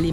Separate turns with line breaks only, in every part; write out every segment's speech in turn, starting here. Les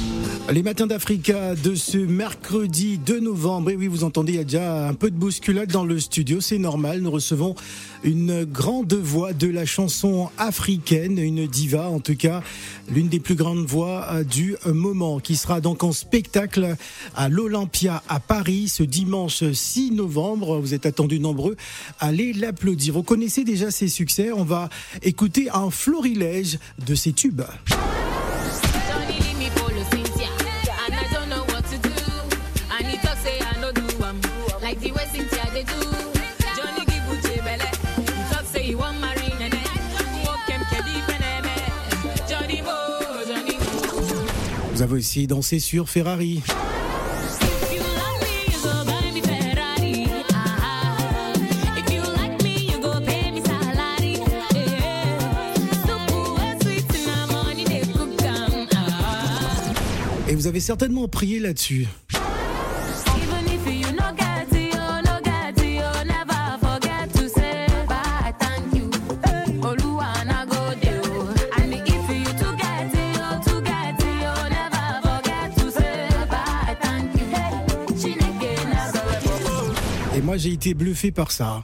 Les matins d'Africa de ce mercredi 2 novembre. Et oui, vous entendez, il y a déjà un peu de bousculade dans le studio. C'est normal. Nous recevons une grande voix de la chanson africaine, une diva, en tout cas, l'une des plus grandes voix euh, du moment, qui sera donc en spectacle à l'Olympia à Paris ce dimanche 6 novembre. Vous êtes attendus nombreux. Allez l'applaudir. Vous connaissez déjà ses succès. On va écouter un florilège de ses tubes. Nous avons aussi dansé sur Ferrari.
Ah, Ah,
Et vous avez certainement prié là-dessus. Et moi, j'ai été bluffé par ça.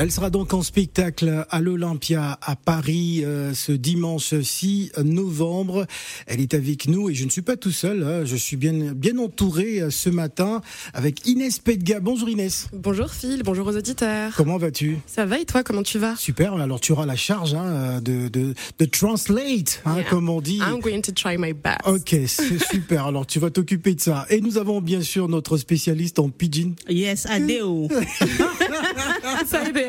Elle sera donc en spectacle à l'Olympia à Paris euh, ce dimanche 6 novembre. Elle est avec nous et je ne suis pas tout seul. hein. Je suis bien, bien entouré euh, ce matin avec Inès Pedga. Bonjour Inès.
Bonjour Phil, bonjour aux auditeurs.
Comment vas-tu
Ça va et toi, comment tu vas
Super. Alors tu auras la charge hein, de, de, de translate, hein,
Yeah.
comme on dit.
I'm going to try my best.
Ok, c'est super. Alors tu vas t'occuper de ça. Et nous avons bien sûr notre spécialiste en pidgin.
Yes, Adeo.
Ça y est,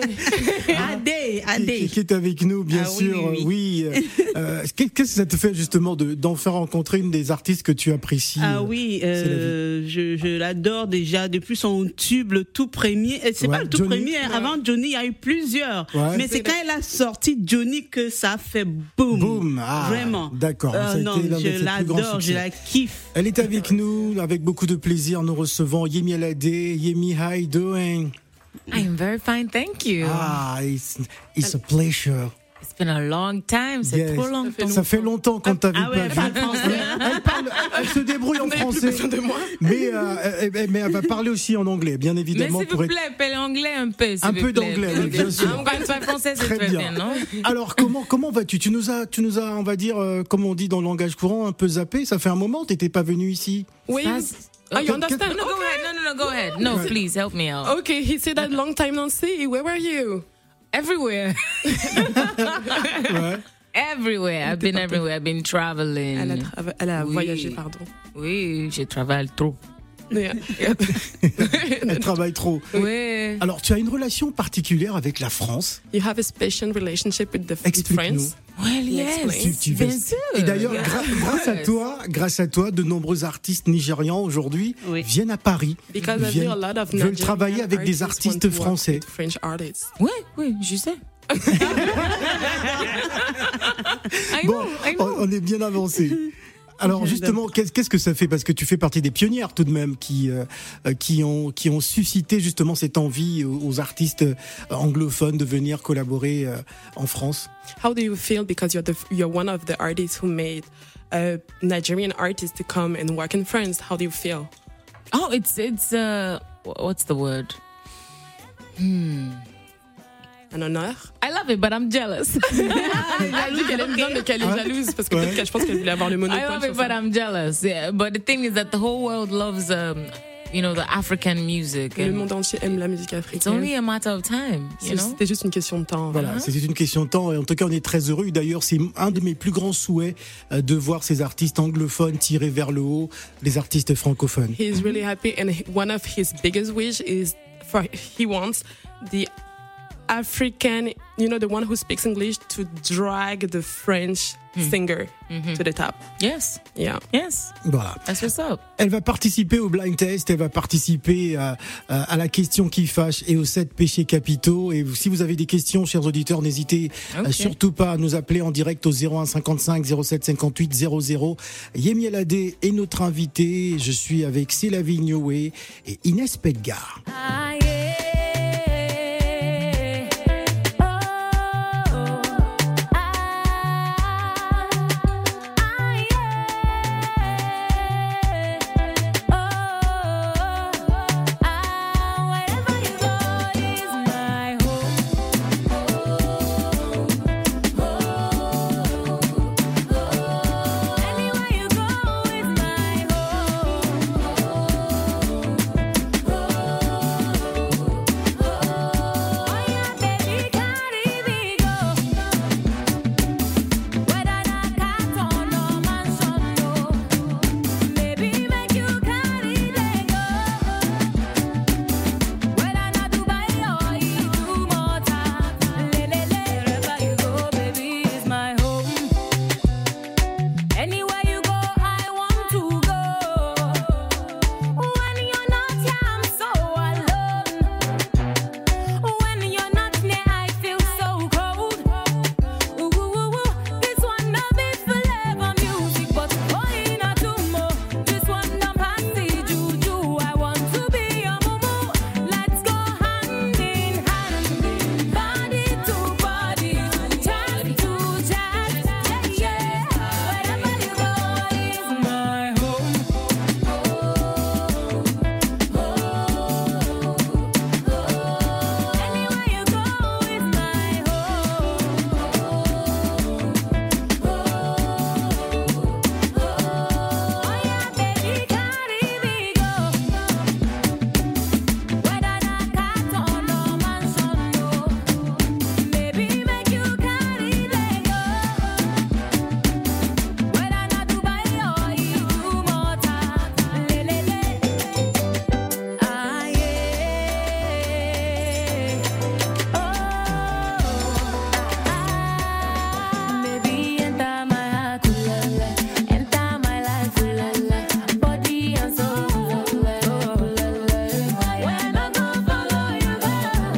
Ade,
qui,
Ade.
qui est avec nous, bien
Ah oui,
sûr.
oui,
Euh, Qu'est-ce que ça te fait justement de- d'en faire rencontrer une des artistes que tu apprécies
Ah oui,
la vie.
euh, je, je l'adore déjà depuis son tube, le tout premier. euh, C'est
Ouais,
pas le tout
Johnny.
premier, hein, avant Johnny, il y a eu plusieurs.
Ouais.
Mais c'est quand elle a sorti Johnny que ça a fait boum.
Boum, ah,
Vraiment.
d'accord.
Euh,
Ça a
non,
été l'un de ses
je
plus grands
l'adore,
succès.
je la kiffe.
Elle est avec nous, avec beaucoup de plaisir. Nous recevons Yemi Alade. Yemi, how you doing?
I'm very fine, thank you.
Ah, it's, it's a pleasure.
It's been a long time, c'est
Yes.
trop longtemps.
Ça fait longtemps qu'on t'avait
Ah ouais, elle
pas
parle
vu.
français. hein.
Elle, parle- elle se débrouille en français, mais, euh, euh, euh, mais elle va parler aussi en anglais, bien
Mais
évidemment.
s'il vous
pour être-
plaît, appelez anglais un peu. s'il
Un
vous
peu
plaît.
d'anglais, oui, bien sûr.
Ah, on parle pas français, c'est
Très
très,
bien.
bien, non
Alors comment comment vas-tu Tu nous as tu nous as on va dire euh, comme on dit dans le langage courant un peu zappé. Ça fait un moment t'étais pas venu ici.
Wait. Ah, you understand?
No, go ahead. No, no, no, go ahead. No, please, help me out.
Okay, he said that long time no see. Where were you?
Everywhere.
Ouais.
Everywhere. I've been everywhere. I've been
Mm.
Elle a,
traveling.
trava- elle a
Oui.
voyagé, pardon.
Oui, je travaille trop.
Yeah.
Elle travaille trop.
Oui.
Alors tu as une relation particulière avec la France.
you have a special relationship with the with
Explique-nous.
friends.
Well,
Tu-
yes.
tu
Bien
vas-
sûr.
Et d'ailleurs gra- grâce à toi grâce à toi de nombreux artistes nigérians aujourd'hui
Oui.
viennent à Paris.
Because I
Viennent-
hear a lot of
veulent
Nigerian
travailler avec des
artists want
artistes
to work
français.
with French artists.
Oui, oui, je sais. I
Bon,
know, I
on,
know.
on est bien avancé. Alors justement, qu'est-ce qu'est-ce que ça fait Parce que tu fais partie des pionnières tout de même qui euh, euh, qui ont qui ont suscité justement cette envie aux, aux artistes euh, anglophones de venir collaborer euh, en France.
How do you feel because you're the you're one of the artists who made a Nigerian artist to come and work in France? How do you feel?
Oh, it's it's uh, wh- what's the word?
An honor?
Ah.
I love it, but I'm jealous.
Elle dit qu'elle aime bien, mais qu'elle est jalouse parce que
Ouais. Ah,
peut-être qu'elle- je pense qu'elle voulait avoir le monopole.
I love
sur
it,
ça.
but I'm jealous. Yeah, but the thing is that the whole world loves, um, you know, the African music,
Le
and
monde entier aime la musique
it's
africaine.
only a matter of time,
C'est-
you know. Uh-huh.
C'était juste une question de temps.
Voilà, c'était une question de temps et en tout cas on est très heureux. D'ailleurs, c'est un de mes plus grands souhaits euh, de voir ces artistes anglophones tirer vers le haut les artistes francophones.
He
Uh-huh.
is really happy, and he- one of his biggest wish is for he wants the African, you know, the one who speaks English to drag the French
Hmm.
singer
Mm-hmm.
to the top.
Yes,
Yeah.
yes.
Voilà.
That's what's up.
Elle va participer au blind test, elle va participer à, à- à la question qui fâche et aux sept péchés capitaux. Et si vous avez des questions, chers auditeurs, n'hésitez
Ok.
euh, surtout pas à nous appeler en direct au 01 55 07 58 00. Yemi Alade est notre invité. Je suis avec Célavie Ignoé et Inès Pedgar.
Anywhere you go, I want to go. When you're not here, I'm so alone. When you're not near, I feel so cold. Ooh, ooh, ooh, this one not be forever music, but boy, not tomorrow. This one not passy juju. I want to be your mumu. Let's go hand in hand, body to body, chat to chat, yeah. Wherever you go is my home. Oh, Anywhere you go is my home. Oh yeah, baby, carry me go. Whether na cat or no mansion, no. Baby, make you carry me go. Whether na Dubai or you Malta, Ah yeah, oh, baby, enter my heart, la enter my life, la body and soul, la When I go follow you, girl,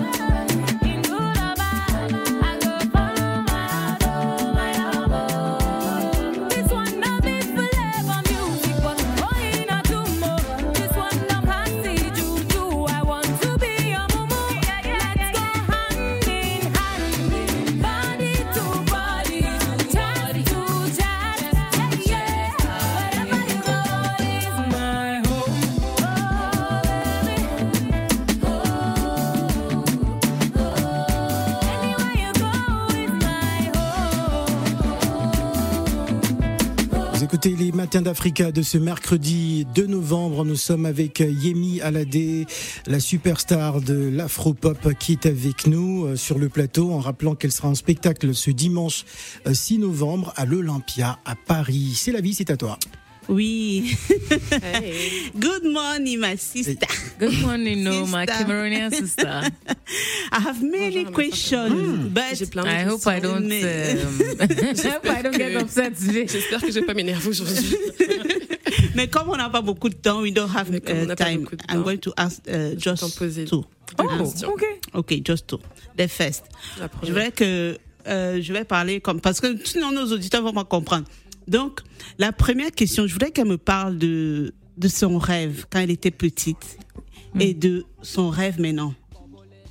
in good or bad, I go follow my heart, oh my love. This one not be forever music, but boy, not tomorrow. This one not passy juju. I want to be your mumu. Let's go hand in hand, body to body, chat to chat, yeah yeah. Wherever you go is my home, oh baby, oh oh. Anywhere you go is my home.
Vous écoutez les matins d'Africa de ce mercredi 2 novembre. Nous sommes avec Yemi Alade, la superstar de l'afropop qui est avec nous euh, sur le plateau en rappelant qu'elle sera en spectacle ce dimanche euh, 6 novembre à l'Olympia à Paris. C'est la vie, c'est à toi.
Oui. Good morning, my sister.
Good morning, no, my
Sister.
Cameroonian sister.
I have many
Hmm.
questions, but
J'ai plein de
I hope
questions.
I don't. Um,
Mais-
I hope I don't get upset today.
J'espère que je vais pas m'énerver aujourd'hui.
Mais comme on n'a pas beaucoup de temps, we don't have
Mais comme
uh,
on n'a pas
time.
beaucoup de
I'm
temps,
going to ask uh,
t'en
just
poser
two.
Oh,
deux questions.
Okay, just two. The first.
La
Je
première.
voudrais que euh, je vais parler comme parce que sinon nos auditeurs vont pas comprendre. Donc la première question, je voudrais qu'elle me parle de de son rêve quand elle était petite
Mm.
et de son rêve maintenant.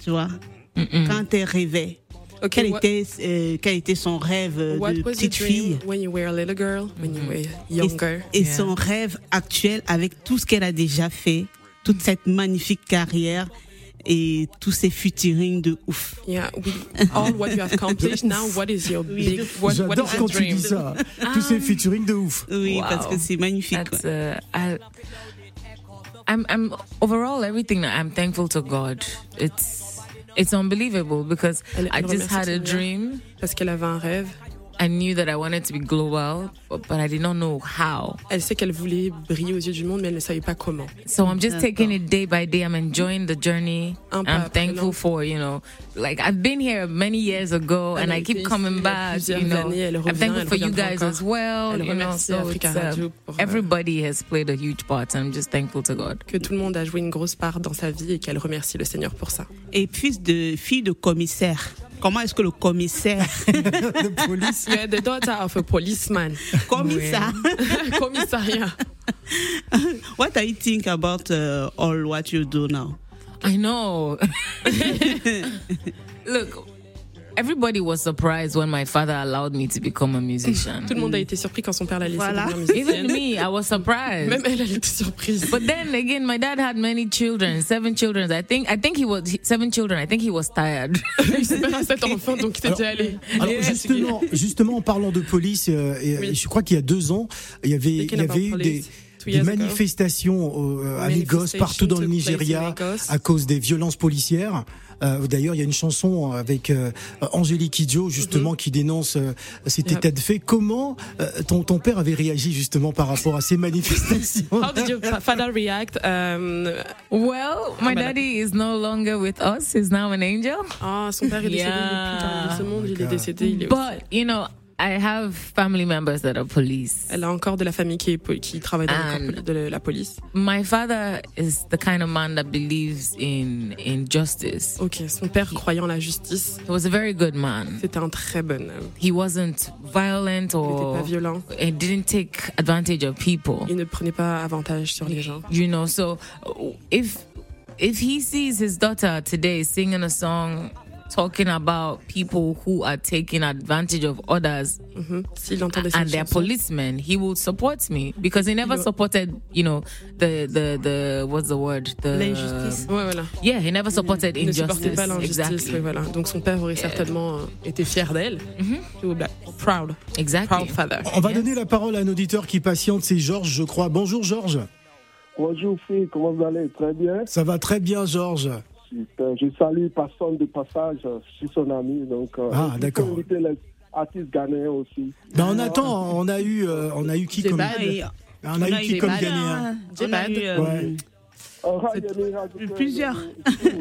Tu vois, quand elle rêvait,
Okay,
quel
what-
était euh, quel était son rêve euh,
What was
de
your
petite
dream
fille
when you were a little girl, when
Mm-hmm.
you were
et,
younger?
et
euh, Yeah.
son rêve actuel avec tout ce qu'elle a déjà fait, toute cette magnifique carrière et tous ces futurings de ouf.
Yeah, we, all what you have accomplished now, what is your big, what, what
J'adore
is your
quand tu
dream
dis ça. Tous ces featuring de ouf.
Oui,
Wow.
parce que c'est magnifique.
That's
ouais.
uh, I, I'm I'm overall everything. I'm thankful to God. It's it's unbelievable because
Elle-
I
elle
just
remercie
had
Seigneur.
a dream
Parce qu'elle avait un rêve.
I knew that I wanted to be global, but, but I did not know how.
Elle sait qu'elle voulait briller aux yeux du monde, mais elle ne savait pas comment.
So I'm just taking it day by day. I'm enjoying the journey.
Un
And
pas
I'm
après
thankful
l'autre.
for, you know, like I've been here many years ago and
Elle a
I keep
été
coming
ici il y a
back, you
plusieurs
know.
années, elle
I'm
revient,
thankful
elle
for you
reviendra
guys
encore.
as well.
Elle
you know,
remercie
so
Africa
it's, uh,
Radio pour, euh,
everybody has played a huge part. I'm just thankful to God.
Que tout le monde a joué une grosse part dans sa vie et qu'elle remercie le Seigneur pour ça.
Et fils de fille de commissaire. Comment est-ce que le commissaire,
de police.
You're the daughter of a policeman.
commissaire,
Commissariat.
what do you think about uh, all what you do now?
I know. Look, everybody was surprised when my father allowed me to become a musician.
Tout le monde a été surpris quand son père l'a laissé
Voilà.
devenir musicienne.
Even me, I was surprised.
Même elle, elle était surprise.
But then again, my dad had many children, seven children. I think I think he was seven children. I think he was tired.
Il s'est pas cet enfant, donc il était déjà allé.
Alors, justement, justement, en parlant de police, euh, et,
Oui.
je crois qu'il y a deux ans, il y avait, il
Speaking
y avait
about
eu des,
police, two
des
years ago.
manifestations euh, à Lagos,
Manifestation
partout dans le
took place in
Nigeria,
Lagos.
à cause des violences policières. Euh, D'ailleurs, il y a une chanson avec euh, Angélique Kidjo, justement, qui dénonce euh, cet
Yep.
état de fait. Comment euh, ton, ton père avait réagi, justement, par rapport à ces manifestations
How did your fa- father react? Um,
well, my
Oh, man.
daddy is no longer with us. He's now an angel.
ah, son père est décédé,
Yeah.
il est plus dans ce
Oh
monde, il est décédé. Il est aussi-
But you know, I have family members that are police.
Elle a encore de la famille qui, est po- qui travaille dans le
Um,
corps de la police.
My father is the kind of man that believes in in justice.
Ok, son père croyant en la justice,
He was a very good man.
c'était un très bon homme.
He wasn't violent
Il n'était
or
pas violent,
he didn't take advantage of people.
il ne prenait pas avantage sur les gens.
you know so if if he sees his daughter today singing a song talking about people who are taking advantage of others
Mhm. S'il entendait
and
cette
they're
chanson,
policemen he will support me because he never
will-
supported you know the the the what's the word the
L'injustice.
Ouais, voilà.
yeah he never supported
Il ne supportait
injustice
pas l'injustice.
exactly
ouais, voilà. Donc son père aurait certainement euh, été fier d'elle.
Mm-hmm.
She would be like, Proud, proud
exactly
father.
On va
Yes.
donner la parole à un auditeur qui patiente, c'est Georges, je crois. Bonjour Georges.
Bonjour fille, comment vous allez Très bien.
Ça va très bien Georges.
Super. Je salue personne de passage, euh, je suis son ami. Donc, euh,
Ah,
et puis,
d'accord.
faut inviter les artistes ghanéens aussi. Euh,
Ben on attend, on a eu, euh, on a eu qui comme,
Jebad.
Et
Ah, on a eu qui
eu
comme
pas-
hein.
ghanéen
on a eu, euh,
Ouais.
Euh,
C'est-
Ryan et Rajou-
plusieurs.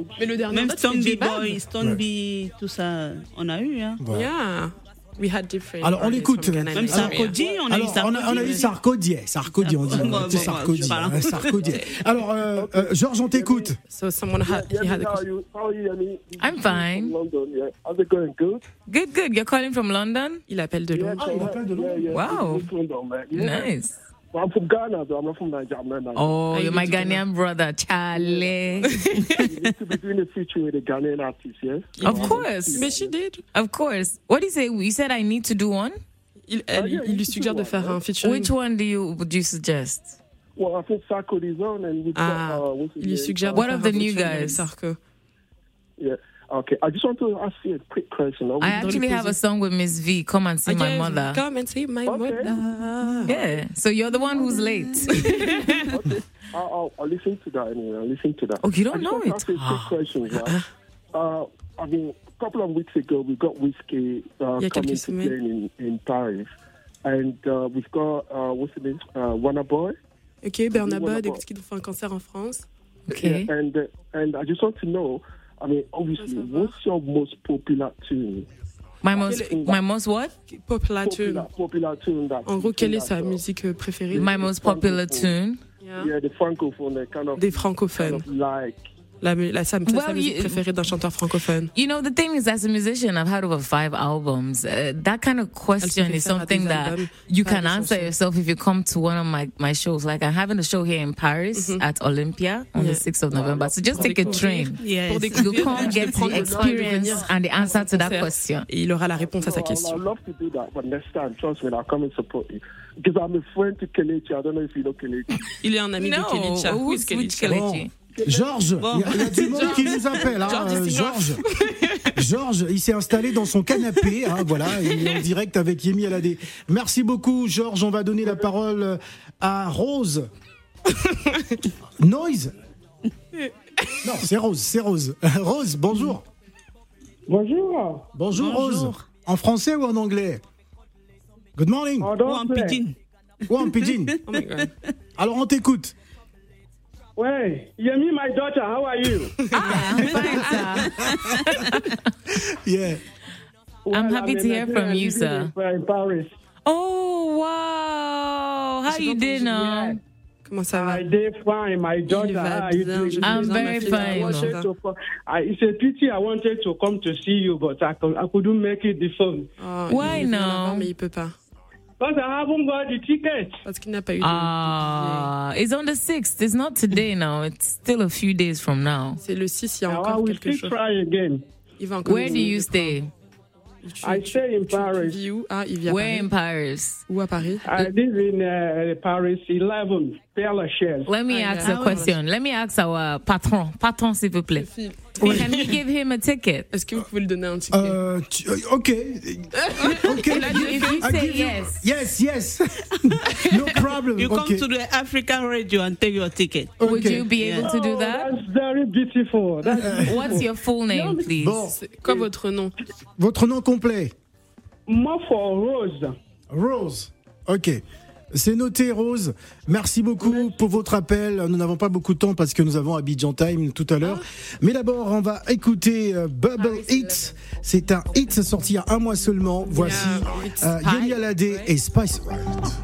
Mais le dernier,
Même
en date, c'était
Stomby
J-Bad.
Boy, Stomby, tout ça, on a eu. Hein.
Voilà.
Yeah. We had different
Alors, on
artists
l'écoute.
from Ghana and
Même
Alors,
Nigeria.
Sarkozy, Euh, on a
Alors,
eu
on
Sarkozy.
a, on a eu Sarkozy, Sarkozy, on dit,
Bon, bon,
c'est
bon,
Sarkozy,
je parle.
hein, Sarkozy. Alors, euh, euh, Georges, on t'écoute.
So someone
Yeah,
had, he had
Yemi,
a
how are
question.
you? How are you, Yemi?
I'm fine.
From London, yeah. How's it going? Good?
good good you're calling from london
Il appelle de
Yeah,
Londres.
Ah, il
correct.
appelle de
Yeah,
Londres.
yeah.
Wow.
It's London, man. Yeah.
nice
Well, I'm from Ghana, though. I'm not from Nigeria. Man, I'm
oh
Are you
you're my
together?
ghanaian brother charlie
to be doing a feature with a Ghanaian artist, yeah?
of course
Mais she did.
Of course. What do you say? You said I need to do one.
Il, elle-
Ah, yeah,
il lui
you
suggère
should
de
do
faire
one,
un featuring.
Which one do you would you suggest?
Well, I think Sarkozy is on, and we've got,
Ah,
uh, what's his
il lui
name?
suggère de
One
faire
of
un
the new
featuring avec
guys.
Sarko.
Yeah. Okay. I just want to ask you a quick question.
I actually have a song with Miss V. Come and see my
Again,
mother.
Come and see my
Okay.
mother.
Yeah. So you're the one who's late.
I'll, I'll, I'll listen to that anyway. I'll listen to that.
Oh, you don't
I just
know
want to
it? Ah. Uh-huh.
ask you a quick question, right? uh, I mean, a couple of weeks ago, we got whiskey uh,
Yeah,
coming
quelques
to
semaines.
play in, in Paris. And uh, we've got, uh, what's his name? Uh, Wanna Boy.
Ok, Bernabad,
Wonderful.
écoute qu'il fait un cancer en France.
Okay.
Yeah, and, uh, and I just want to know, I mean, obviously,
Yes,
what's your most popular tune?
My most my most what? Ah,
Popular tune.
Popular, popular tune that
En
you
gros,
sing
quelle est
that
sa
song.
musique euh, préférée
My most popular tune.
Yeah.
Yeah, the francophone, the kind of,
Des
kind
francophones.
of like
La, mu- la, sa, c'est sa
Well,
musique
you-
préférée d'un chanteur francophone.
You know the thing is, as a musician, I've had over five albums. Uh, that kind of question
Elle
is
se fait faire
something
des
that
albums,
you
faire
can
des
answer
chansons.
yourself if you come to one of my my shows. Like I'm having a show here in Paris at Olympia on
Yeah.
the 6th of November. So just take a train.
Yes.
Pour
You
découvrir,
come get
prendre
the
le temps de
experience
venir
and the answer to that
concert.
question.
Et il aura la réponse à sa
Well,
question.
I'd love to do that, but next time, trust me, I'll come and support you. Because I'm a friend to Kelechi. I don't know if you know Kelechi.
Il est un ami de Kelicha.
who's
Who is
with
Kelicha?
Kelechi?
Bon. Georges, il y a- il y, a du monde qui nous appelle. hein,
Georges,
euh,
c'est
Georges, Georges, il s'est installé dans son canapé. hein, voilà, il est en direct avec Yemi Alade. Merci beaucoup, Georges. On va donner la parole à Rose. Noise. Non, c'est Rose, c'est Rose. Rose, bonjour.
Bonjour.
Bonjour, Rose.
Bonjour.
En français ou en anglais Good morning.
Oh,
Ou en
don't play.
pidgin.
One Pidgin.
Oh my god.
Alors on t'écoute.
Wait, Yemi, my daughter, how are you?
Yeah.
I'm
Well,
happy
in
to hear
Nigeria
from you,
living
sir.
in- In Paris.
Oh wow! How you doing now?
Comment ça va? Ah,
I did fine, my daughter.
va
How are you
bien,
doing? Oh,
je
I'm
vais dans
very
ma fille.
fine.
wanted to co- I, it's a pity I wanted to come to see you, but I, cou- I couldn't make it the phone.
Oh,
Why
il voulait
now?
l'avoir, Mais il peut pas.
But I haven't got the ticket.
Parce qu'il n'a pas eu de. de
Ah, it's on the sixth. It's not today now. It's still a few days from now.
billet. C'est le 6, il y a
Now I
encore
will
quelque
still
chose.
try again.
Il va encore.
Where do you stay?
Tu-
I
tu-
stay in
tu
Paris.
vis où? Ah, il vit à
Where
Paris.
in Paris?
Ou à Paris?
I live in uh, Paris 11, Shell.
Let me
Ah,
ask
yeah.
a question. Let me ask our patron. Patron, s'il vous plaît. Can we give him a ticket?
Est-ce que vous pouvez lui donner un ticket?
Euh, tu- euh, ok. Ok.
If you
I
say
give you-
yes.
Yes, yes. no problem.
You
Ok.
come to the African radio and take your ticket.
Would
Ok.
you be able to do that?
That's very beautiful. That's
What's your full name, please?
Bon,
C'est quoi votre nom?
votre nom complet.
more for Rose.
Rose. Ok. C'est noté, Rose. Merci beaucoup pour votre appel. Nous n'avons pas beaucoup de temps parce que nous avons Abidjan Time tout à l'heure. Mais d'abord, on va écouter euh, Bubble Hits. C'est un hit sorti il y a un mois seulement. Voici
it's
euh, Yemi Alade et Spice.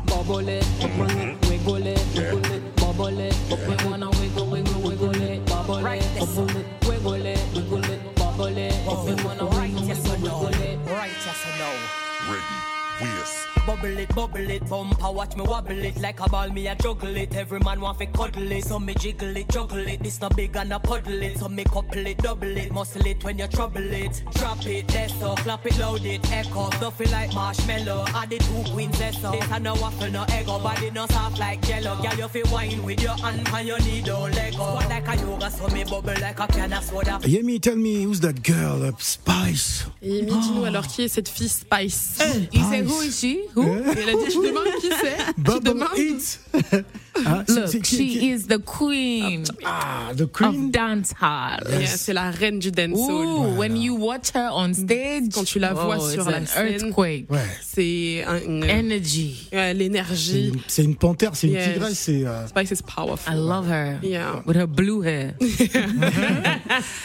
Bubble it, open it, wiggle it, wiggle it, bubble it. We wanna wiggle, wiggle, wiggle it, bubble it, open it, wiggle it, wiggle it, bubble it. We wanna wiggle, wiggle, wiggle it.
Right, yes, I know.
ready, yes.
Bubble it, bubble it, bumper, watch me wobble it like a ball. Me a juggle it, every man want fi cuddle it. So me jiggle it, juggle it. This no big and a puddle it. So me couple it, double it, muscle it when you trouble it. Drop it, that's all, clap it, load it, echo. Stuff it like marshmallow. Add it two queens, that's all. This a no waffle, no ego, body no soft like jello. Girl, you fi wine with your hand and your knee don't let go. Squat like a yoga, so me bubble like a can of soda.
Yemi, tell me who's that girl? Spice.
Et
Oh.
Amy, dis-nous alors qui est cette fille Spice?
You say who is she? Who?
Et elle a dit, je demande qui c'est? Tu
Bubble
demandes?
Hits. bah, Ah, c'est- c'est
Look,
qui-
she
qui-
is the queen
Ah, The
of
Queen.
dancehall.
Yeah, C'est la reine du dancehall.
Ooh, when you watch her on stage,
Mm. Quand tu la vois
oh,
sur
it's
la
an
scène.
earthquake.
Ouais.
C'est un- une.
Energy.
Ouais,
C'est
L'énergie.
une- C'est une panthère, c'est une
Yes.
tigresse. c'est, euh,
Spice is
I
powerful.
love her.
Yeah.
With her blue hair.
Alors,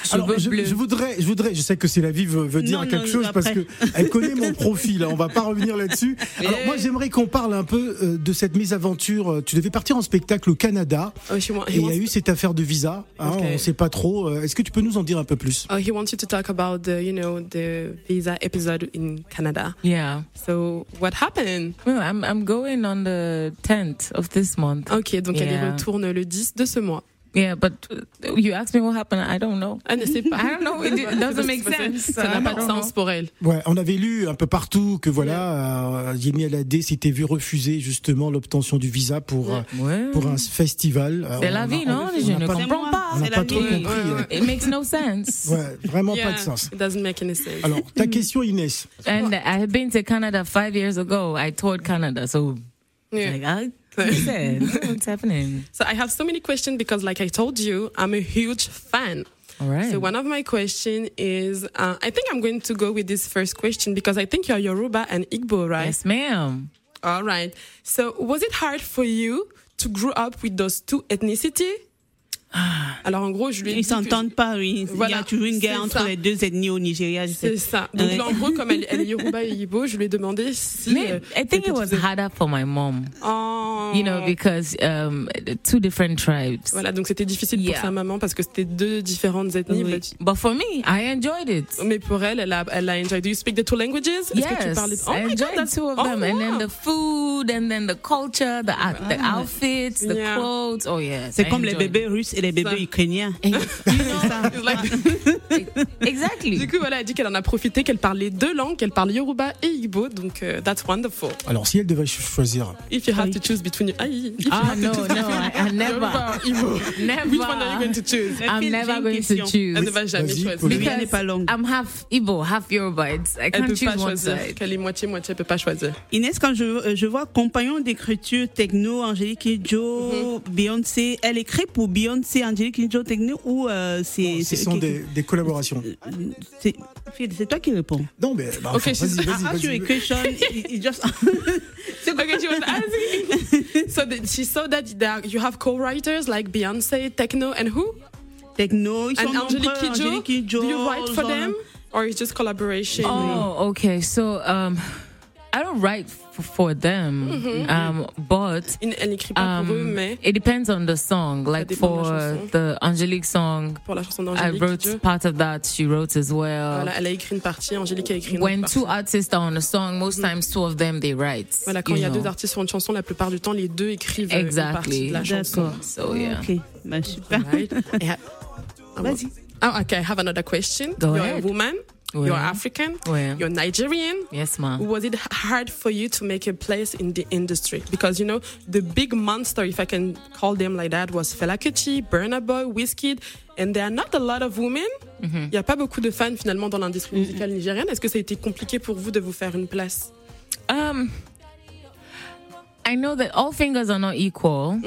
Cheveux
je,
bleus.
je voudrais, je voudrais, je sais que c'est la vie veut, veut dire
Non,
quelque
non,
chose parce que
après.
elle connaît mon profil. hein, on va pas revenir là-dessus. Alors moi, j'aimerais qu'on parle un peu euh, de cette mésaventure. Euh, Tu devais partir en spectacle au Canada
Oh, she wa-
et il
he
y a
wants-
eu cette affaire de visa. hein,
Ok.
On ne sait pas trop. Euh, Est-ce que tu peux nous en dire un peu plus
Oh, he wants you to talk about the, you know, the visa episode in Canada.
Yeah.
So what happened?
Well, I'm, I'm going on the 10th of this month.
Ok, donc elle y
Yeah.
retourne le 10 de ce mois.
Yeah, but uh, you asked me what happened. I don't know.
Elle ne sait pas.
I don't know. It it doesn't make sense.
Ça n'a
I
pas de
don't
sens
know.
pour elle.
Ouais, on avait lu un peu partout que voilà, euh, Yemi Alade s'était vu refuser justement l'obtention du visa pour euh,
Ouais.
pour un festival. Euh,
C'est
on
la
a-
vie,
on a-
non
on
Je
a
ne
pas-
comprends
moi.
pas.
On n'a
C'est
pas
la
trop
vie.
compris.
Ouais,
euh,
ouais.
It makes no sense.
Ouais, vraiment pas
Yeah,
de sens.
It doesn't make any sense.
Alors, ta
Mm.
question, Inès.
And I had been to Canada five years ago. I toured Canada, so
Yeah.
like, I, I said, what's happening?
So I have so many questions because, like I told you, I'm a huge fan.
All right.
So one of my question is, uh, I think I'm going to go with this first question because I think you're Yoruba and Igbo, right?
yes, ma'am.
All right. So was it hard for you to grow up with those two ethnicities?
Ah.
Alors en gros, je lui ai
Ils
dit que-
s'entendent pas, oui. Il y
Voilà,
a toujours une guerre
c'est
entre
ça.
les deux ethnies au Nigeria. je sais.
C'est ça. Donc
Ouais.
là, en gros, comme elle, elle est Yoruba et Igbo, je lui ai demandé si. euh,
Ma- I think it was harder for my mom,
Oh.
you know, because um, two different tribes.
Voilà, donc c'était difficile pour
Yeah.
sa maman parce que c'était deux différentes ethnies.
Oui.
but-
But for me, I enjoyed it.
Mais pour elle, elle a, elle a enjoyed. Do you speak the two languages? Oh, Est-ce que tu
Yes,
parles Oh
I enjoyed
that's-
two of
Oh,
them, and then
wow.
the food, and then the culture, the out- the outfits, the
Yeah.
clothes. Oh yes,
C'est
I
comme les
enjoyed
bébés russes et les
Ça.
bébés ukrainiens.
It's like-
it. exactly.
Oh, du coup, voilà, elle dit qu'elle en a profité, qu'elle parlait deux langues, qu'elle parle Yoruba et Igbo, donc euh, that's wonderful.
Alors, si elle devait ch- choisir
If you have to choose between you, aïe, if you
Ah
have to
no,
choose
no, I, I never,
Yoruba or Igbo,
never.
which one are you going to choose?
I'm
Phil, j'ai
never
une
going to
question.
Elle ne
choose.
va jamais
Vas-y,
choisir.
pose-la.
Bien n'est pas longue.
I'm half Igbo, half Yoruba. It's, I
Elle
can't
peut pas
choose one
choisir.
side.
Elle est moitié moitié, elle peut pas choisir.
Inès, quand je, euh, je vois compagnon d'écriture techno, Angélique Kidjo, Beyoncé, elle écrit pour Beyoncé, Angélique Kidjo techno ou euh, c'est
Ce
c'est-
sont
qui-
des, des collaboration.
C'est Phil, c'est toi qui réponds. Ah,
Non, mais bah,
Ok,
enfin,
she's-
vas-y, vas-y,
Ah,
I asked you a
vas-y.
question. you- you just
okay, she was asking. so that she saw that there, you have co-writers like Beyonce, Techno, and who?
techno. Ils
and
sont
Angelique
nombreux,
Kidjo.
Angélique Kidjo,
Do you write for
Zon-
them, or it's just collaboration?
Oh, okay. So um, I don't write f- for them. Um, but
Il elle n'écrit pas pour eux,
um,
mais
it depends on the song. Like
dépend de la
for
chanson.
the Angelique song,
pour la chanson
I
d'Angélique
wrote
Kidjo,
part of that. She wrote as well.
voilà, elle a écrit une partie, Angélique a écrit une
When
autre partie.
two artists are on a song, most times two of them they write.
Voilà, quand
you
il y a
know.
deux artistes sur une chanson, la plupart du temps, les deux écrivent euh, une partie
exactly.
de la chanson.
So yeah.
Ok, bah, super.
Right? Et ha- Ah, bon. Ah, okay, I have another question.
Go
you're
ahead.
a woman,
Ouais.
you're African,
Ouais.
you're Nigerian.
Yes, ma'am.
Was it hard for you to make a place in the industry? Because you know the big monster, if I can call them like that, was Fela Kuti, Burna Boy, Wizkid, and there are not a lot of women. Il
Mm-hmm.
n'y a pas beaucoup de femmes finalement dans l'industrie musicale nigérienne. Est-ce que ça a été compliqué pour vous de vous faire une place
Um, I know that all fingers are not equal,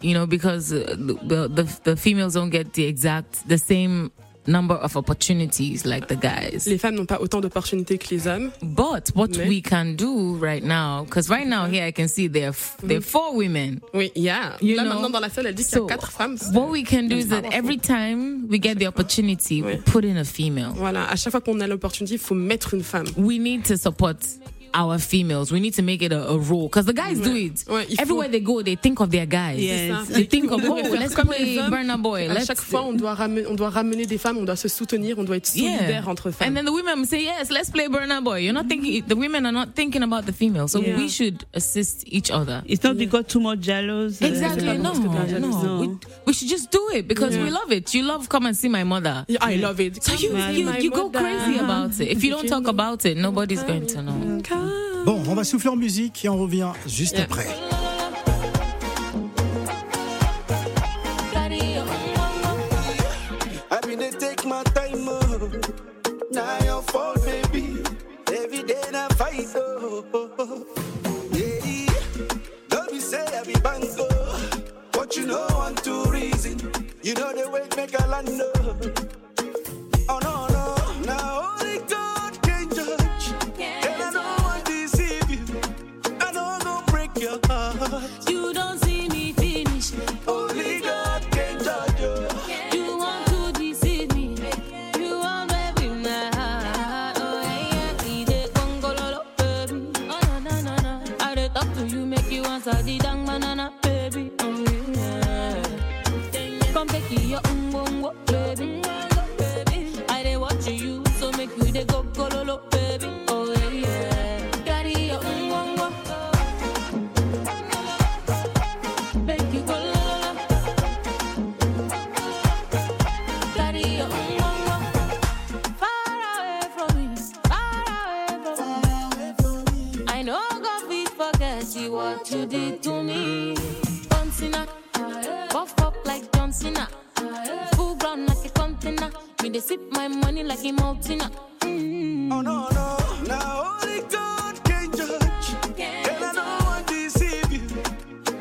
you know, because uh, the, the the females don't get the exact the same number of opportunities like the guys.
Les femmes n'ont pas autant d'opportunités que les hommes.
But what
Mais-
we can do right now, because right now here I can see there are, f- there are four women.
Oui, il y a.
You
Là
know.
maintenant dans la salle, elle dit qu'il y
So,
a quatre femmes.
What we can do is that
powerful.
every time we get the opportunity, we
Ouais.
put in a female.
Voilà, à chaque fois qu'on a l'opportunité, il faut mettre une femme.
we need to support our females. We need to make it a, a rule because the guys do it.
Ouais, il faut-
Everywhere they go, they think of their guys.
Yes.
They think of, oh,
Ouais, faire
let's
comme
play
les hommes.
Burna Boy.
À
Let's...
chaque fois, on doit, ramener, on doit ramener des femmes, on doit se soutenir, on doit être solidaire
yeah.
entre
And
femmes.
then the women say, yes, let's play Burna Boy. You're not thinking, the women are not thinking about the females. So
Yeah.
we should assist each other.
It's not because too much jealous. euh,
Exactly. No, no.
No.
We, we should just do it because we love it. You love Come and See My Mother.
Yeah, I love it.
So you,
Come see
you,
my
you go
mother.
crazy about it. If you don't talk about it, nobody's going to know.
Bon, on va souffler en musique et on revient juste après.
I been they take my time, oh. Now your fault, baby. Every day I fight, oh. Yeah, don't be say I be bang, oh. But you know one two reason. You know the way make a land, oh. Oh no no, now only God can judge. And I don't want to deceive you. I don't go break your heart.
You don't see me finish.
Only God can judge you.
You want to deceive me. You want to be my heart. Oh, yeah, yeah. DJ Congololo, baby. Oh, no, no, no, no. I dey talk to you, make you answer the dang banana, baby. Oh, yeah. Come take it, your ungongo, um, baby. I dey watch you, so make you dey go gololo, baby. Oh, yeah, yeah. um, Carry your ungongo. Make you go lolo. Carry your own one, oh, Far away from me, far away from me. I know God will forget you what you did to me. John Cena, puff up like John Cena, full ground like a container. Me they sip my money like a mountainer.
Oh no no, now only God can judge. And I don't want to deceive you.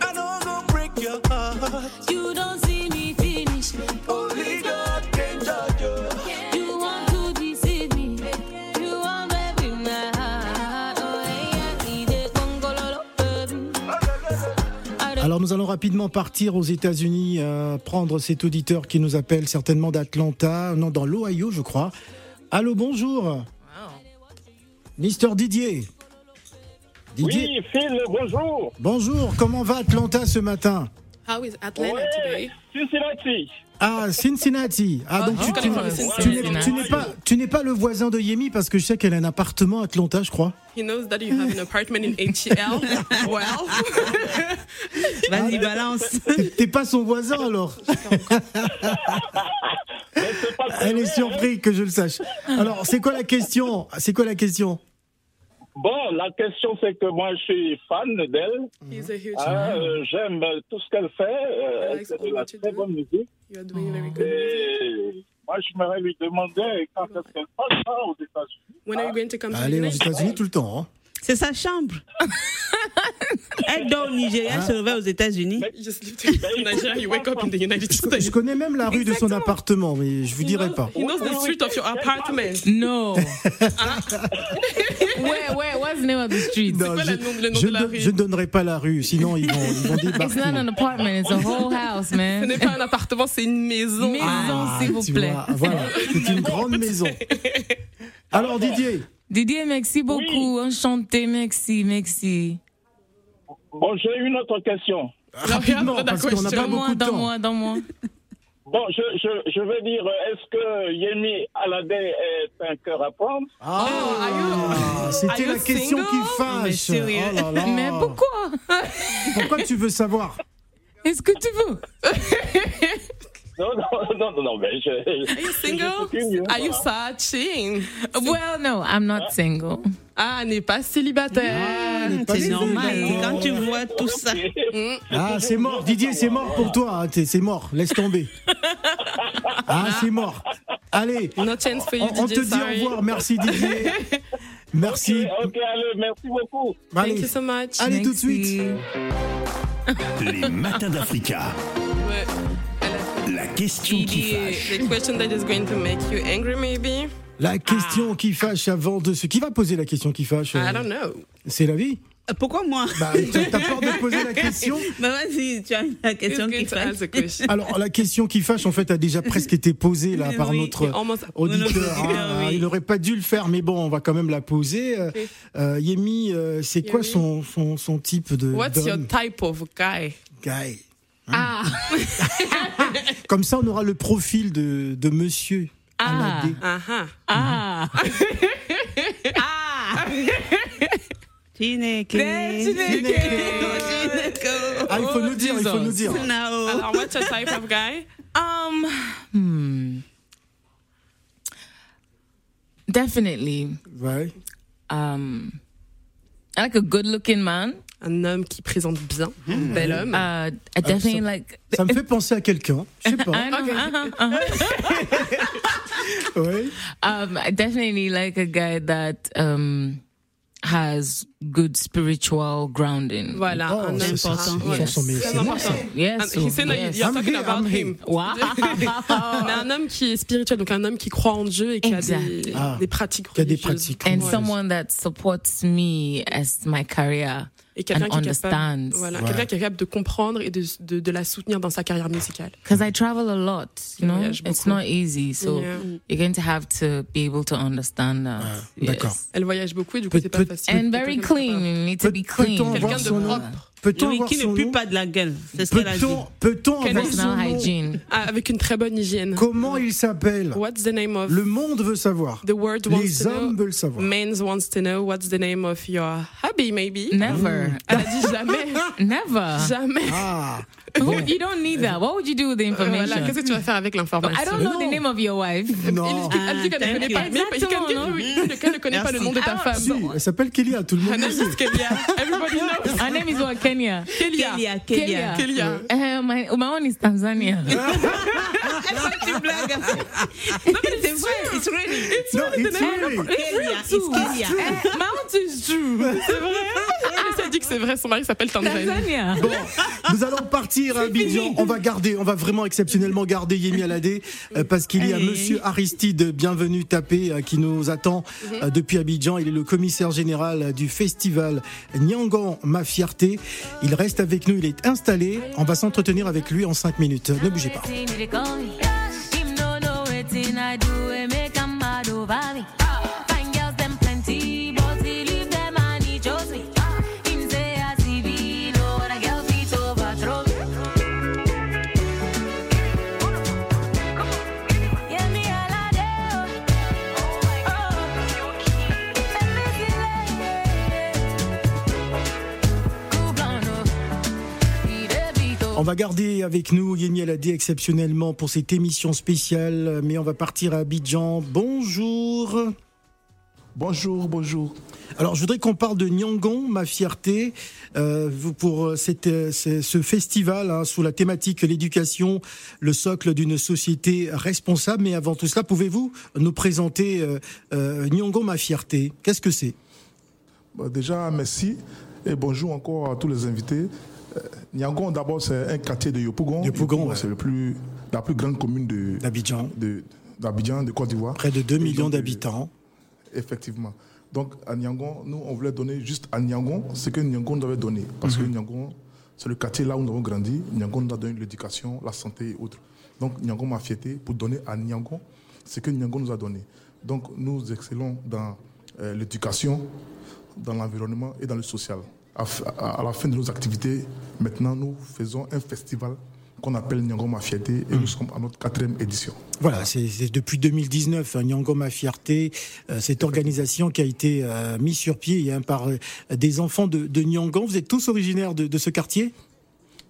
I don't go break your heart.
You don't see me finish.
Only God can judge you.
You want to deceive me. You want to be my heart. Oh yeah, yeah, yeah, Congololo, baby. I don't
Alors nous allons rapidement partir aux États-Unis, euh, prendre cet auditeur qui nous appelle certainement d'Atlanta, non dans l'Ohio je crois. Allô, bonjour. Mister Didier. Didier,
Oui, Phil, bonjour.
bonjour, comment va Atlanta ce matin
How is Atlanta
Ouais,
today?
Cincinnati.
Ah, Cincinnati. Ah, donc
je
tu,
connais
tu-
pas le
tu n'es,
Cincinnati.
tu n'es pas, tu n'es pas le voisin de Yemi parce que je sais qu'elle a un appartement à Atlanta, je crois.
He knows that you have an apartment in ATL. well,
Vas-y, balance.
T'es, t'es pas son voisin alors Elle est surprise que je le sache. Alors, c'est quoi la question C'est quoi la question
Bon, la question c'est que moi je suis fan d'elle.
he's a huge
Ah,
fan.
euh, J'aime tout ce qu'elle fait. Euh,
I
Elle
like
fait de
all
la
that you
très
do.
bonne musique.
You are doing very good.
Et moi j'aimerais lui demander quand est-ce qu'elle passe hein, aux États-Unis.
When are you going to come to the
Allez, aux
United States?
États-Unis tout le temps. hein.
C'est sa chambre. Elle dort au Nigeria, elle se réveille aux États-Unis.
Nigeria, you wake up in the United
Je co- Je connais même la rue de son appartement, mais je vous dirai pas.
He knows the street of your apartment.
No. where, where, what's the name of the street?
Non, je, je ne, don- je ne donnerai pas la rue, sinon ils vont, ils vont
It's
débarquer.
not an apartment, it's a whole house, man.
Ce n'est pas un appartement, c'est une maison.
Maison,
Ah,
s'il vous
tu
plaît.
vois, voilà, c'est une grande maison. Alors Didier,
Didier, merci beaucoup. Enchanté, merci, merci.
Bon, j'ai une autre question.
rapidement, parce qu'on n'a pas beaucoup
Donne-moi,
de temps.
donne-moi, donne-moi.
Bon, je, je, je veux dire, est-ce que Yemi Alade est un cœur à prendre
Ah, c'était
are
la
you
question
single
qui fâche.
Mais sérieux.
Oh là là.
Mais pourquoi
Pourquoi tu veux savoir
Est-ce que tu veux
Non, non, non, non, non, mais je.
Are you single? Are you searching?
Well, no, I'm not single.
Ah, n'est pas célibataire.
Pas
Ah, C'est
les
normal.
autres, non.
Quand tu vois tout ça,
Ah, c'est mort, Didier, c'est mort pour toi. hein, t'es- C'est mort, laisse tomber. Ah, c'est mort. Allez,
No chance for
on,
you,
on te
DJ,
dit au
sorry.
revoir. Merci, Didier. Merci.
Ok, allez, merci beaucoup.
Thank
Allez,
you so much.
allez tout de
Merci.
suite.
Les matins d'Africa.
Ouais.
La question qui
Didier,
fâche.
the question that is going to make you angry, maybe?
La question qui fâche avant de ce. Qui va poser la question qui fâche euh,
I don't know.
C'est la vie
Euh, pourquoi moi
Bah, t'as t'as peur de poser la question
Mais vas-y, tu as la
Who's
question qui
going to
fâche.
ask the question?
Alors, la question qui fâche, en fait, a déjà presque été posée là, par
Oui,
notre
Almost
auditeur.
Non, non,
hein.
oui.
Il n'aurait pas dû le faire, mais bon, on va quand même la poser. Euh,
Oui.
euh, Yemi, euh, c'est quoi son, son, son type de
What's your
d'homme
type of guy?
Guy. hein
Ah,
Comme ça, on aura le profil de, de monsieur.
ah,
Amadé.
Uh huh.
ah.
Chineke. Chineke.
Ah, il faut nous dire, il faut nous dire.
Now.
Alors, what's your type of guy?
Um, hmm. Definitely.
Ouais.
Um, I like a good-looking man.
Un homme qui présente bien, un
Hmm.
bel homme.
Uh, I definitely
so-
like.
Ça me fait penser à quelqu'un. Je sais pas.
I know, uh-huh, uh-huh.
Ouais.
Um, I definitely like a guy that um has good spiritual grounding.
Voilà,
Oh,
un
ça,
homme
ça,
important.
c'est-
Voilà.
sont mes-
Très
c'est moi,
important.
Yes.
And he said that you-
yes.
you're
I'm
talking
here,
about
I'm
him.
Wow.
On a un homme qui est spirituel, donc un homme qui croit en Dieu et qui a
Exact.
des,
Ah.
des pratiques
Qui a des
religieuses.
pratiques.
and
Ouais.
someone that supports me as my career
Et quelqu'un
and
qui, est capable-
understands.
voilà,
Ouais.
quelqu'un qui est capable de comprendre et de, de, de la soutenir dans sa carrière musicale.
Because I travel a lot, you know,
voyage
it's
beaucoup.
not easy. So
Yeah.
you're going to have to be able to understand that. yes.
Ah, D'accord.
Elle voyage beaucoup et du coup,
Peut-
c'est pas
peut-
facile.
And
Quelqu'un qui
very
est
clean.
capable.
You need to
Peut-
be
Peut-on
clean.
voir
Quelqu'un de
son nom
propre.
Peut-on
Oui,
avoir
qui
son
ne pue
nom
pas de la gueule. C'est ce qu'elle a dit.
Peut-on peut-on avoir son
Personal
nom
hygiene.
Ah, Avec une très bonne hygiène.
Comment il s'appelle
What's the name of
Le monde veut savoir.
the world wants
Les
to
hommes
know?
veulent savoir.
Men's wants to know what's the name of your hubby, maybe.
Never.
Elle a dit jamais,
Never.
Mm. jamais.
Ah,
Who- you don't need that. What would you do with the
Voilà,
information?
qu'est-ce que tu vas faire avec
I
l'information
don't know the name of your wife.
non.
Il- Elle dit qu'elle ne
thank
connaît
you.
pas, mais
Exactement,
quelqu'un
non
oui, quelqu'un ne connaît pas le nom de ta femme.
Si, elle s'appelle Kélia, tout le monde
Her
le
name is
sait.
Kelia. Everybody knows
Her name is what? Kenya.
Kelia.
Kélia,
Kélia.
Kélia.
Kelia.
Uh, my, my own is Tanzania.
Tu blagues. C'est vrai, it's really.
Non, it's really.
Kélia, it's Kélia.
Eh,
my own is true.
Elle s'est dit que c'est vrai, son mari s'appelle Tanzanie.
Tanzania.
Bon, nous allons partir à Abidjan. On va garder, on va vraiment exceptionnellement garder Yemi Alade euh, parce qu'il y a
Allez.
Monsieur Aristide, bienvenue tapé, euh, qui nous attend euh,
Mm-hmm.
depuis Abidjan. Il est le commissaire général euh, du festival Nyangan Ma Fierté. Il reste avec nous, il est installé. On va s'entretenir avec lui en cinq minutes. Ne bougez pas.
Wetin dey call me? Him no know wetin I do, e make am mad over me. Fine girls dem plenty, but he leave them and he chose me. Him say as he be, no other girl fit overthrow me. Yeah, me Alade o. Oh, Emefiele. Cool blonde o, he dey beat o.
On va garder avec nous Yemi Alade exceptionnellement pour cette émission spéciale, mais on va partir à Abidjan. Bonjour.
Bonjour, bonjour.
Alors, je voudrais qu'on parle de Nyangon, ma fierté, euh, vous- pour euh, cette, euh, ce, ce festival hein, sous la thématique l'éducation, le socle d'une société responsable. Mais avant tout cela, pouvez-vous nous présenter euh, euh, Nyangon, ma fierté Qu'est-ce que c'est
Bah, déjà, merci. Et bonjour encore à tous les invités. Euh, Niangon, d'abord, c'est un quartier de Yopougon.
Yopougon, ouais.
c'est le plus, la plus grande commune de,
d'Abidjan.
De, d'Abidjan, de Côte d'Ivoire.
Près de 2
Et
millions
donc, euh,
d'habitants.
Effectivement. Donc, à Niangon, nous, on voulait donner juste à Niangon ce que Niangon devait donner. Parce que Niangon, c'est le quartier là où nous avons grandi. Niangon nous a donné l'éducation, la santé et autres. Donc, Niangon m'a fierté pour donner à Niangon ce que Niangon nous a donné. Donc, nous excellons dans euh, l'éducation, dans l'environnement et dans le social. À, f- à- à la fin de nos activités, maintenant, nous faisons un festival qu'on appelle Niangon Ma Fierté et nous sommes à notre quatrième édition.
Voilà, c'est c'est depuis 2019, hein, Nyangoma Fierté, euh, cette organisation qui a été euh, mise sur pied hein, par euh, des enfants de, de Nyangon. Vous êtes tous originaires de, de ce quartier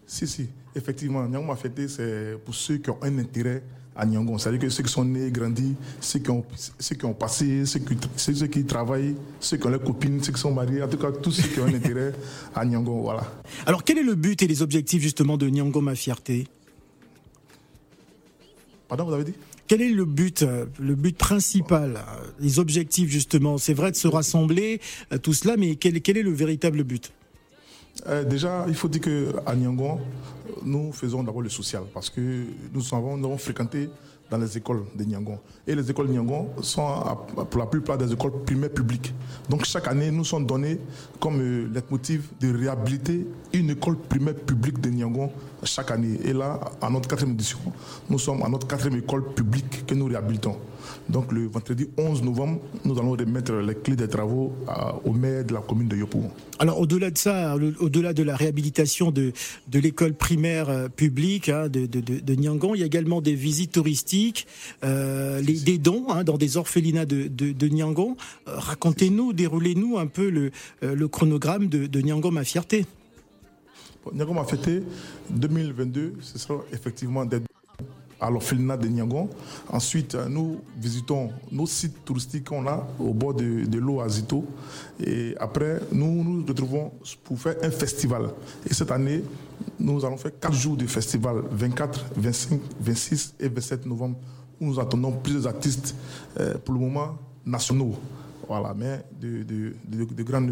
Si, si, effectivement, Nyangon m'a fêté, c'est pour ceux qui ont un intérêt à Nyangon. C'est-à-dire que ceux qui sont nés, grandis, ceux qui ont, ceux qui ont passé, ceux qui, ceux ceux qui travaillent, ceux qui ont leurs copines, ceux qui sont mariés, en tout cas, tous ceux qui ont un intérêt à Nyangon, voilà.
Alors quel est le but et les objectifs justement de Nyangoma Fierté
Pardon, vous avez dit
Quel est le but, euh, le but principal, euh, les objectifs justement C'est vrai de se rassembler, euh, tout cela, mais quel, quel est le véritable but
Euh, déjà, il faut dire qu'à Nyangon, nous faisons d'abord le social parce que nous avons, nous avons fréquenté dans les écoles de Nyangon. Et les écoles de Nyangon sont à- pour la plupart des écoles primaires publiques. Donc chaque année, nous sommes donnés comme euh, leitmotiv de réhabiliter une école primaire publique de Nyangon chaque année. Et là, à notre quatrième édition, nous sommes à notre quatrième école publique que nous réhabilitons. Donc le vendredi 11 novembre, nous allons remettre les clés des travaux à- au maire de la commune de Yopougon.
Alors au-delà de ça, le- au-delà de la réhabilitation de, de l'école primaire euh, publique hein, de, de, de, de Nyangon, il y a également des visites touristiques, euh, les, des dons hein, dans des orphelinats de, de, de Nyangon. Euh, Racontez-nous, déroulez-nous un peu le, euh, le chronogramme de, de Nyangon Ma Fierté.
Nyangon m'a fêté 2022, ce sera effectivement des à l'orphelinat de Nyangon. Ensuite, euh, nous visitons nos sites touristiques qu'on a au bord de, de l'eau à Zito. Et après, nous nous retrouvons pour faire un festival. Et cette année, nous allons faire quatre jours de festival, 24, 25, 26 et 27 novembre, où nous attendons plusieurs artistes, euh, pour le moment, nationaux. Voilà, mais de, de, de, de grande,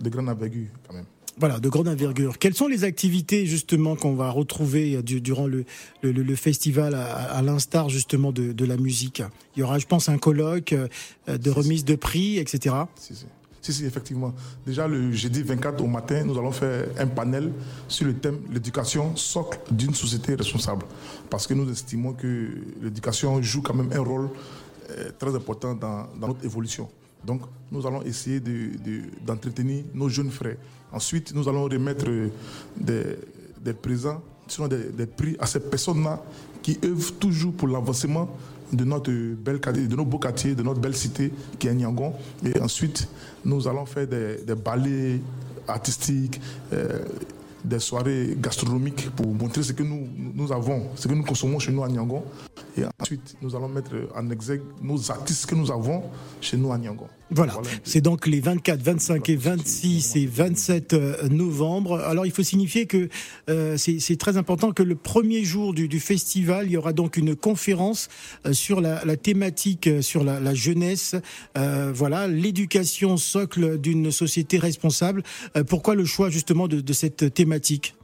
de grande envergure quand même.
Voilà, de grande envergure. Quelles sont les activités justement qu'on va retrouver euh, du- durant le, le, le- le festival, à, à l'instar justement de, de la musique Il y aura, je pense, un colloque euh, de remise de prix, etc.
Si, si, effectivement. Déjà, le jeudi 24 au matin, nous allons faire un panel sur le thème l'éducation, socle d'une société responsable. Parce que nous estimons que l'éducation joue quand même un rôle euh, très important dans, dans notre évolution. Donc, nous allons essayer de- de- d'entretenir nos jeunes frères. Ensuite, nous allons remettre euh, des, des présents, sinon des, des prix à ces personnes-là qui œuvrent toujours pour l'avancement de notre euh, belle quartier- de nos beaux quartiers, de notre belle cité qui est Niangon. Et ensuite, nous allons faire des, des ballets artistiques, euh, des soirées gastronomiques pour montrer ce que nous, nous avons, ce que nous consommons chez nous à Niangon. Et ensuite, nous allons mettre en exergue nos artistes que nous avons chez nous à Niangon.
Voilà, c'est donc les 24, 25 et 26 et 27 euh, novembre. Alors il faut signifier que euh, c'est c'est très important que le premier jour du, du festival, il y aura donc une conférence euh, sur la, la thématique, euh, sur la, la jeunesse, euh, voilà, l'éducation socle d'une société responsable. Euh, pourquoi le choix justement de, de cette thématique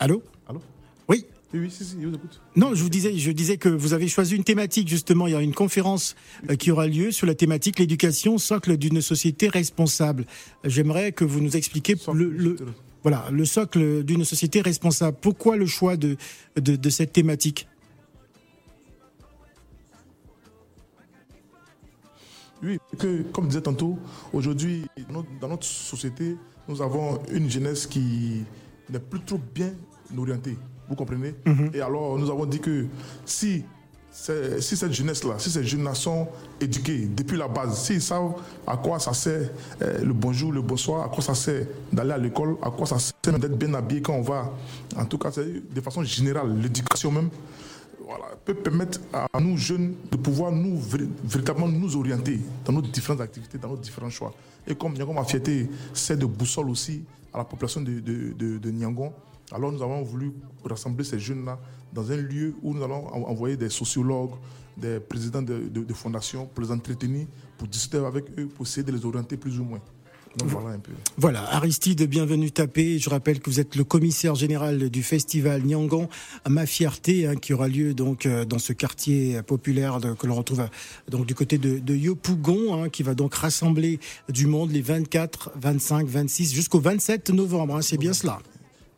Allô
Allô
Oui
Oui, oui, si, si, je vous écoute.
non, je vous disais, je disais que vous avez choisi une thématique justement. Il y a une conférence euh, qui aura lieu sur la thématique l'éducation socle d'une société responsable. J'aimerais que vous nous expliquiez le, le- voilà le socle d'une société responsable. Pourquoi le choix de de, de cette thématique
Oui, que, comme disait tantôt, aujourd'hui, dans notre- dans notre société, nous avons une jeunesse qui n'est plus trop bien orientée. Vous comprenez
Mhm.
Et alors, nous avons dit que si, c'est- si cette jeunesse-là, si ces jeunes-là sont éduqués depuis la base, s'ils savent à quoi ça sert euh, le bonjour, le bonsoir, à quoi ça sert d'aller à l'école, à quoi ça sert d'être bien habillé quand on va, en tout cas, c'est- de façon générale, l'éducation même, voilà, peut permettre à nous jeunes de pouvoir nous vri- véritablement nous orienter dans nos différentes activités, dans nos différents choix. Et comme Nyangon m'a fierté, c'est de boussole aussi à la population de, de, de- de Nyangon. Alors nous avons voulu rassembler ces jeunes-là dans un lieu où nous allons en- envoyer des sociologues, des présidents de, de- de fondations pour les entretenir, pour discuter avec eux, pour essayer de les orienter plus ou moins. Donc voilà un peu.
Voilà, Aristide, bienvenue tapé. Je rappelle que vous êtes le commissaire général du festival Nyangon, Ma Fierté, hein, qui aura lieu donc euh, dans ce quartier euh, populaire de- que l'on retrouve euh, donc du côté de, de Yopougon, hein, qui va donc rassembler du monde les 24, 25, 26 jusqu'au 27 novembre. hein, C'est bien cela.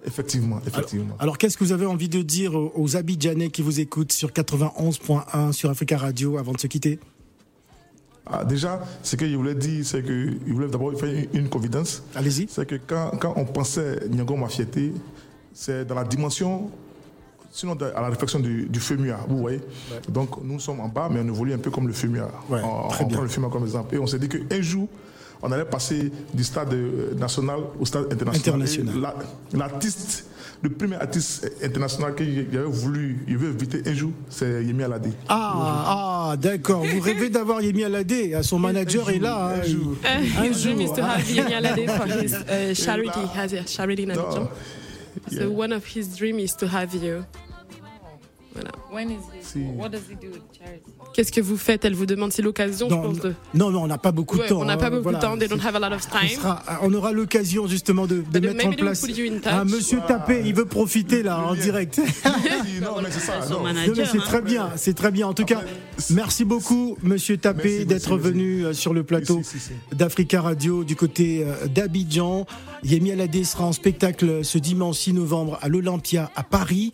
Effectivement, effectivement.
Alors, qu'est-ce que vous avez envie de dire aux, aux Abidjanais qui vous écoutent sur 91.1 sur Africa Radio avant de se quitter
Ah, déjà, ce que je voulais dire, c'est que je voulais d'abord faire une- une confidence.
Allez-y.
C'est que quand, quand on pensait Nyango Mafieté, c'est dans la dimension, sinon de- à la réflexion du, du FEMUA, vous voyez. Donc nous sommes en bas, mais on évolue un peu comme le FEMUA. on on prend le FEMUA comme exemple. Et on s'est dit qu'un jour, on allait passer du stade euh, national au stade international.
International.
Et la- L'artiste, le premier artiste international que j'avais voulu, je veux inviter un jour, c'est Yemi Alade.
Ah, ah, d'accord. Vous rêvez d'avoir Yemi Alade. Son manager est là. hein.
Uh, his dream is to have Yemi Alade for his uh, charity.
Bah.
He has a charity in
Ah,
Abidjan.
Oh,
So one of his dream is to have you. Voilà.
What does he do with charity?
Qu'est-ce que vous faites Elle vous demande si l'occasion, je
Non,
pense. De...
Non, non, on n'a pas beaucoup de
Ouais,
temps.
on n'a pas
hein,
beaucoup
voilà.
de temps. They don't have a lot of
On,
time.
sera- on aura l'occasion justement de, de
Bah,
mettre en
maybe they will
place.
put you in touch.
Ah, monsieur
Voilà.
Tapé, il veut profiter là en direct.
hein. non, mais c'est ça.
Non,
non.
mais c'est
hein.
très bien,
hein.
c'est très bien. En tout cas, merci beaucoup, Monsieur Tapé,
Merci,
d'être
merci,
venu euh, sur le plateau d'Africa Radio du côté euh, d'Abidjan. Yemi Alade sera en spectacle ce dimanche 6 novembre à l'Olympia à Paris.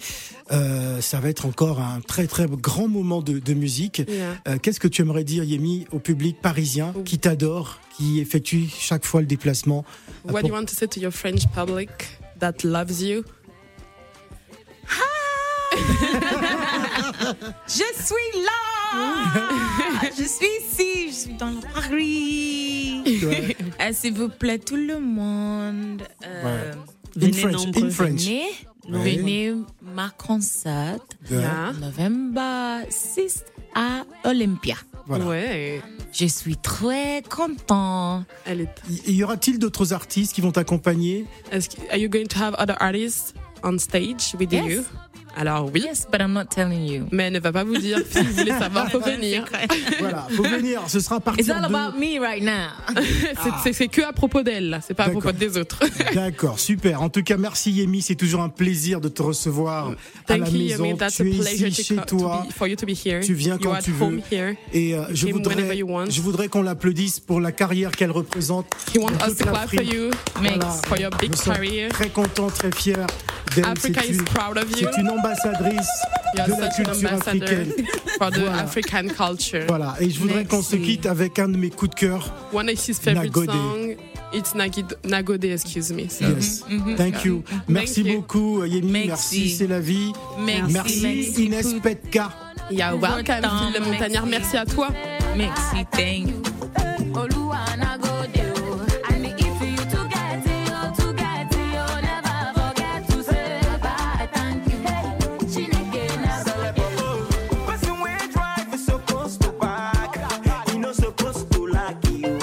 Euh, ça va être encore un très très grand moment de, de musique.
Yeah. Oh.
Euh, Qu'est-ce que tu aimerais dire, Yemi, au public parisien qui t'adore, qui effectue chaque fois le déplacement euh,
What do
pour-
you want to say to your French public that loves you
Je suis là Je suis ici, je suis dans le Paris
Ouais.
Euh, S'il vous plaît, tout le monde, euh,
Ouais. In French, in French.
Venez,
Ouais.
venez ma concert
Ouais.
novembre 6 à Olympia.
Voilà.
Je suis très content.
Y, y aura-t-il d'autres artistes qui vont t'accompagner
Est-ce que- Are you going to have other artists on stage with
Yes.
you Alors oui.
Yes, but I'm not telling you.
Mais elle ne va pas vous dire. Si vous voulez savoir, faut venir.
Voilà, faut venir. Ce sera à partir
It's all
de-
about me right now. Ah.
C'est- c'est- C'est que à propos d'elle, là. C'est pas à propos des autres.
D'accord, super. En tout cas, merci Yemi, c'est toujours un plaisir de te recevoir à la
Thank you,
maison.
Yemi. That's a
tu es
pleasure
ici
to,
chez
co- to
toi.
be, for you to be here.
Tu viens
You're
quand
at
tu
home
veux.
Here.
Et euh, je
came whenever
voudrais,
you want.
je voudrais qu'on l'applaudisse pour la carrière qu'elle représente.
He wants
pour
us
toute
to clap for
l'Afrique.
you, Megs, for your big
Nous sommes
career.
Très content, très fier d'elle.
Africa
C'est
is
une-
proud of you.
C'est une ambassadrice
You're
de la
such an
culture
ambassador
africaine.
for the African culture.
Voilà, et je voudrais qu'on se quitte avec un de mes coups de cœur.
One of his favorite
Nagode.
songs, it's Nagid, Nagode, excuse me. So.
Yes.
Mm-hmm.
Thank you. Merci beaucoup, Yemi. Merci, c'est la vie.
Merci. Merci
Inès Petka.
Yeah, welcome, Phil Le Montagnard. Merci à toi.
Merci, thank you.
Oluwana go dey o, and if you to get it, oh, to get it, oh, never forget to say bye, thank you. Hey, Chineke na
Person wey drive is supposed to back. He no supposed to lack you.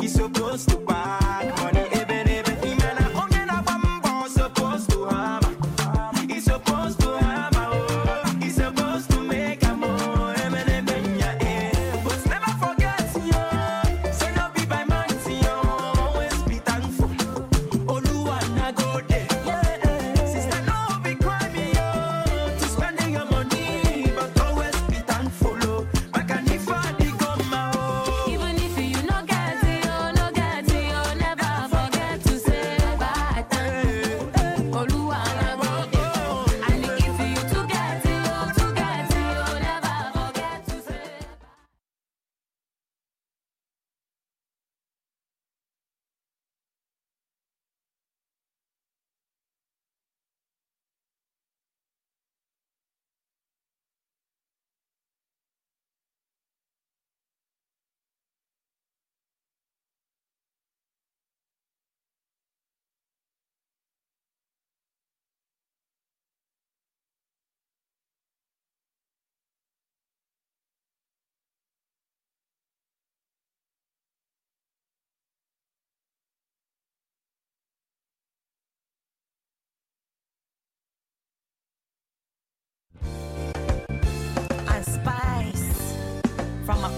He supposed to back. Money even even he man a only na bambo supposed to have. He supposed to have a oh. He supposed to make a more. Even even ya eh. But never forget yo. Say no be by my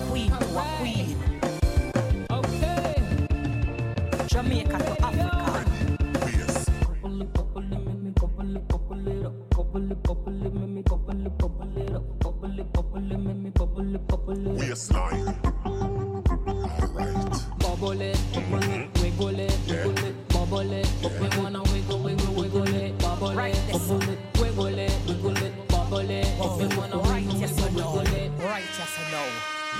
queen, you a queen. Okay. Jamaica to Africa.
Waistline.
Bubble it, bubble it, wiggle it, wiggle it, bubble it. We wanna wiggle, wiggle, wiggle it, bubble it, bubble it, wiggle it, wiggle it, bubble it. We wanna wiggle, wiggle, wiggle it.
Right, yes or no?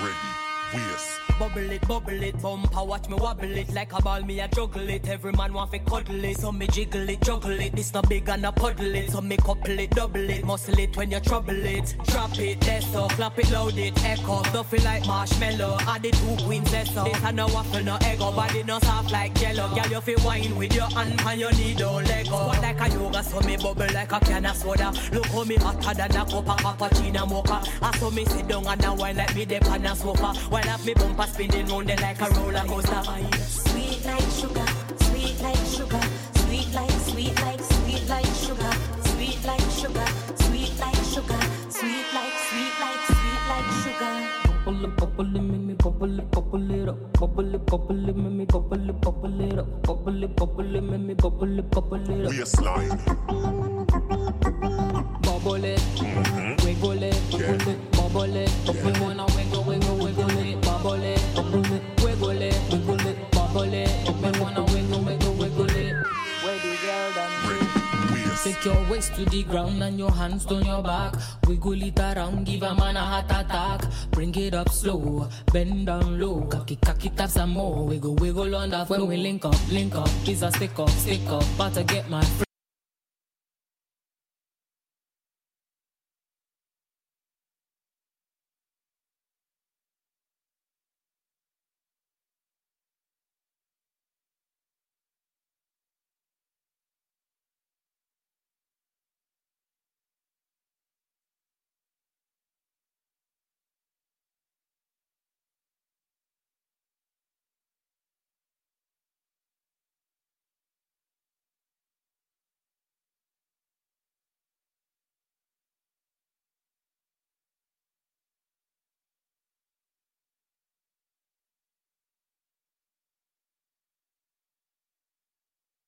Ready. Waist.
Bubble it, bubble it, bumper, watch me wobble it like a ball. Me a juggle it, every man want fi cuddle it. So me jiggle it, juggle it. This no big and a puddle it. So me couple it, double it, muscle it when you trouble it. Drop it, that's all, clap it, load it, echo. Stuff it like marshmallow. Add the two queens, that's all. This a no waffle, no ego, body no soft like jello. Girl, you fi wine with your hand and you need all lego. Squat like a yoga, so me bubble like a can of soda. Look how me hotter than a cup of cappuccino mocha. I saw me sit down and a wine like me dey pan a sofa. While up me bumper spinning round there like a roller coaster.
Sweet like sugar, sweet like sugar, sweet like sweet like sweet like sugar, sweet like sugar, sweet like sugar, sweet like sweet like sweet like sugar.
Bubble it, bubble it, make me bubble it, bubble it up. Bubble it, bubble it, make me bubble it, bubble it up. Bubble it, bubble it, make me bubble it, bubble it up.
Waistline.
Bubble it, wiggle it, wiggle it, bubble it. We wanna wiggle, wiggle, wiggle it, bubble it, bubble it, wiggle it, wiggle it, bubble it. We wanna wiggle, wiggle, wiggle it. Where the girl
Take
your waist to the ground and your hands on your back. Wiggle it around, give a man a heart attack. Bring it up slow, bend down low. Cocky, cocky, tap some more. Wiggle, wiggle on that when we link up, link up. Is a stick up, stick up. About to get my